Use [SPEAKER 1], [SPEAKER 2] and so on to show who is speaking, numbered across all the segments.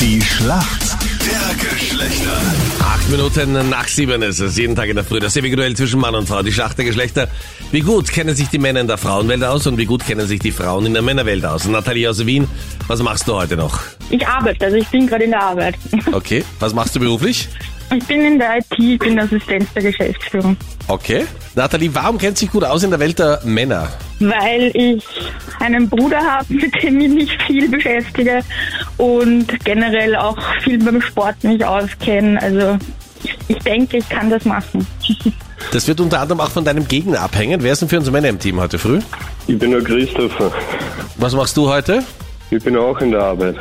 [SPEAKER 1] Die Schlacht der Geschlechter.
[SPEAKER 2] Acht Minuten nach sieben ist es, jeden Tag in der Früh. Das ewige Duell zwischen Mann und Frau, die Schlacht der Geschlechter. Wie gut kennen sich die Männer in der Frauenwelt aus und wie gut kennen sich die Frauen in der Männerwelt aus? Nathalie aus Wien, was machst du heute noch?
[SPEAKER 3] Ich arbeite, also ich bin gerade in der Arbeit.
[SPEAKER 2] Okay, was machst du beruflich?
[SPEAKER 3] Ich bin in der IT, ich bin Assistenz der Geschäftsführung,
[SPEAKER 2] Okay. Nathalie, warum kennt sich gut aus in der Welt der Männer?
[SPEAKER 3] weil ich einen Bruder habe, mit dem ich mich viel beschäftige und generell auch viel beim Sport mich auskenne. Also ich denke, ich kann das machen.
[SPEAKER 2] Das wird unter anderem auch von deinem Gegner abhängen. Wer ist denn für uns Männer im Team heute früh?
[SPEAKER 4] Ich bin der Christopher.
[SPEAKER 2] Was machst du heute?
[SPEAKER 4] Ich bin auch in der Arbeit.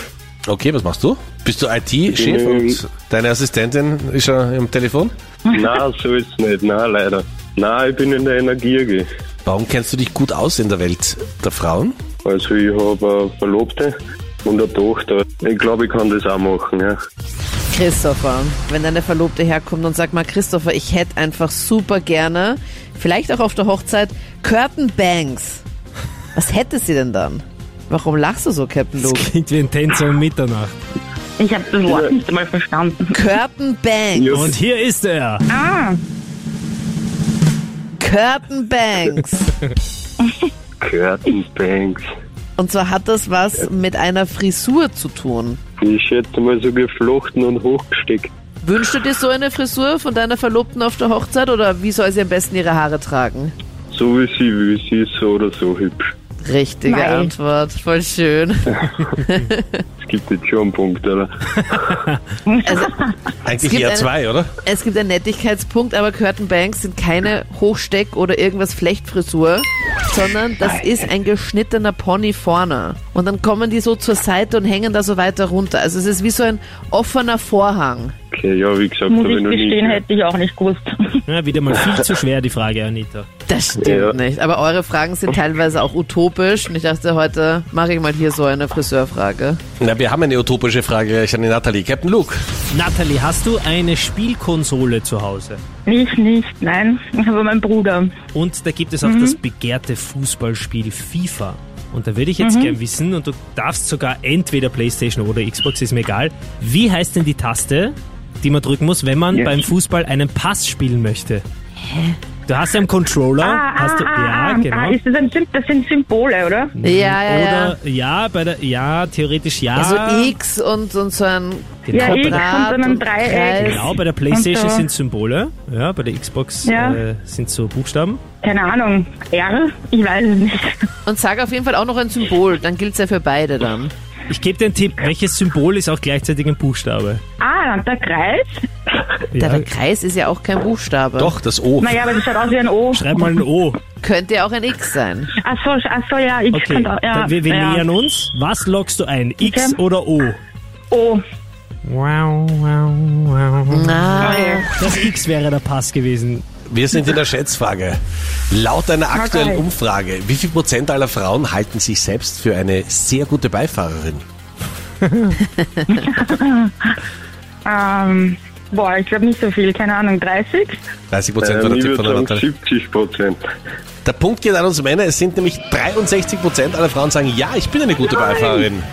[SPEAKER 2] Okay, was machst du? Bist du IT-Chef
[SPEAKER 4] bin-
[SPEAKER 2] und deine Assistentin ist schon im Telefon?
[SPEAKER 4] Na, so ist's nicht. Na, leider. Na, ich bin in der Energie. AG.
[SPEAKER 2] Warum kennst du dich gut aus in der Welt der Frauen?
[SPEAKER 4] Also ich habe eine Verlobte und eine Tochter. Ich glaube, ich kann das auch machen, ja.
[SPEAKER 5] Christopher, wenn deine Verlobte herkommt und sagt mal, Christopher, ich hätte einfach super gerne, vielleicht auch auf der Hochzeit, Curtain Banks. Was hätte sie denn dann? Warum lachst du so, Captain Luke?
[SPEAKER 6] Klingt wie ein Tänzer um Mitternacht.
[SPEAKER 3] Ich habe das Wort nicht einmal verstanden.
[SPEAKER 5] Curtain Banks.
[SPEAKER 6] Und hier ist er.
[SPEAKER 5] Curtain Banks.
[SPEAKER 4] Curtain Banks.
[SPEAKER 5] Und zwar hat das was mit einer Frisur zu tun.
[SPEAKER 4] Ich schätze mal so geflochten und hochgesteckt.
[SPEAKER 5] Wünschst du dir so eine Frisur von deiner Verlobten auf der Hochzeit oder wie soll sie am besten ihre Haare tragen?
[SPEAKER 4] So wie sie will, sie ist so oder so hübsch.
[SPEAKER 5] Richtige
[SPEAKER 3] Nein.
[SPEAKER 5] Antwort, voll schön.
[SPEAKER 4] Es gibt jetzt schon einen Punkt, oder?
[SPEAKER 5] Also, Es
[SPEAKER 2] Eigentlich
[SPEAKER 5] gibt
[SPEAKER 2] eher
[SPEAKER 5] eine-
[SPEAKER 2] zwei, oder?
[SPEAKER 5] Es gibt einen Nettigkeitspunkt, aber Curtain Banks sind keine Hochsteck- oder irgendwas Flechtfrisur, sondern das ist ein geschnittener Pony vorne. Und dann kommen die so zur Seite und hängen da so weiter runter. Also es ist wie so ein offener Vorhang.
[SPEAKER 4] Okay, ja, wie gesagt,
[SPEAKER 3] Muss
[SPEAKER 4] habe ich
[SPEAKER 3] ich
[SPEAKER 4] noch nie
[SPEAKER 3] gestehen,
[SPEAKER 4] gehört.
[SPEAKER 3] hätte ich auch nicht gewusst.
[SPEAKER 6] Ja, wieder mal viel zu schwer, die Frage, Anita.
[SPEAKER 5] Das stimmt
[SPEAKER 4] Ja.
[SPEAKER 5] nicht. Aber eure Fragen sind teilweise auch utopisch. Und ich dachte, heute mache ich mal hier so eine Friseurfrage.
[SPEAKER 2] Na, wir haben eine utopische Frage gleich an die Nathalie. Captain Luke,
[SPEAKER 6] Natalie, hast du eine Spielkonsole zu Hause?
[SPEAKER 3] Nicht, nicht, nein, aber mein Bruder.
[SPEAKER 6] Und da gibt es auch
[SPEAKER 3] Mhm.
[SPEAKER 6] das begehrte Fußballspiel FIFA. Und da würde ich
[SPEAKER 3] Mhm.
[SPEAKER 6] jetzt gern wissen, und du darfst sogar entweder Playstation oder Xbox, ist mir egal, wie heißt denn die Taste, die man drücken muss, wenn man
[SPEAKER 4] Yes.
[SPEAKER 6] beim Fußball einen Pass spielen möchte? Du hast ja einen Controller, hast du, ja, genau.
[SPEAKER 3] ah, ist das, ein, Sym- das sind Symbole, oder?
[SPEAKER 5] Ja, ja, ja.
[SPEAKER 6] Oder ah. ja, bei der ja, theoretisch ja.
[SPEAKER 5] Also X und, und so ein
[SPEAKER 6] Genau,
[SPEAKER 3] Ja,
[SPEAKER 6] bei
[SPEAKER 3] X
[SPEAKER 6] der,
[SPEAKER 3] und dann ein
[SPEAKER 5] und
[SPEAKER 3] Dreieck.
[SPEAKER 5] Kreis.
[SPEAKER 6] genau, bei der Playstation
[SPEAKER 3] Und so.
[SPEAKER 6] sind Symbole, ja, bei der Xbox
[SPEAKER 3] Ja.
[SPEAKER 6] äh, sind so Buchstaben.
[SPEAKER 3] Keine Ahnung. R? Ich weiß es nicht.
[SPEAKER 5] Und sag auf jeden Fall auch noch ein Symbol. Dann gilt's ja für beide dann.
[SPEAKER 6] Ich gebe dir einen Tipp, welches Symbol ist auch gleichzeitig ein Buchstabe?
[SPEAKER 3] Ah, der Kreis?
[SPEAKER 6] Ja,
[SPEAKER 5] Der Kreis ist ja auch kein Buchstabe.
[SPEAKER 2] doch, das O.
[SPEAKER 3] Naja, aber das schaut aus wie ein O.
[SPEAKER 6] schreib mal ein O.
[SPEAKER 5] Könnte ja auch ein X sein.
[SPEAKER 3] Ach so, ach so ja, X
[SPEAKER 6] Okay,
[SPEAKER 3] kann auch, ja,
[SPEAKER 6] dann, wir, wir
[SPEAKER 3] ja.
[SPEAKER 6] nähern uns. Was loggst du ein? X
[SPEAKER 3] Okay.
[SPEAKER 6] oder O?
[SPEAKER 3] O.
[SPEAKER 6] Wow, wow, wow.
[SPEAKER 5] Ah,
[SPEAKER 6] Das X wäre der Pass gewesen.
[SPEAKER 2] Wir sind in der Schätzfrage. Laut einer aktuellen
[SPEAKER 3] geil.
[SPEAKER 2] Umfrage, wie viel Prozent aller Frauen halten sich selbst für eine sehr gute Beifahrerin?
[SPEAKER 3] Ähm, boah, ich glaube nicht so viel, keine Ahnung, 30?
[SPEAKER 2] 30 Prozent war
[SPEAKER 4] Ähm,
[SPEAKER 2] der
[SPEAKER 4] ich
[SPEAKER 2] Tipp von der
[SPEAKER 4] würde sagen
[SPEAKER 2] Nathalie.
[SPEAKER 4] 70 Prozent.
[SPEAKER 2] Der Punkt geht an uns Männer. Es sind nämlich 63 Prozent aller Frauen sagen, ja, ich bin eine gute Beifahrerin.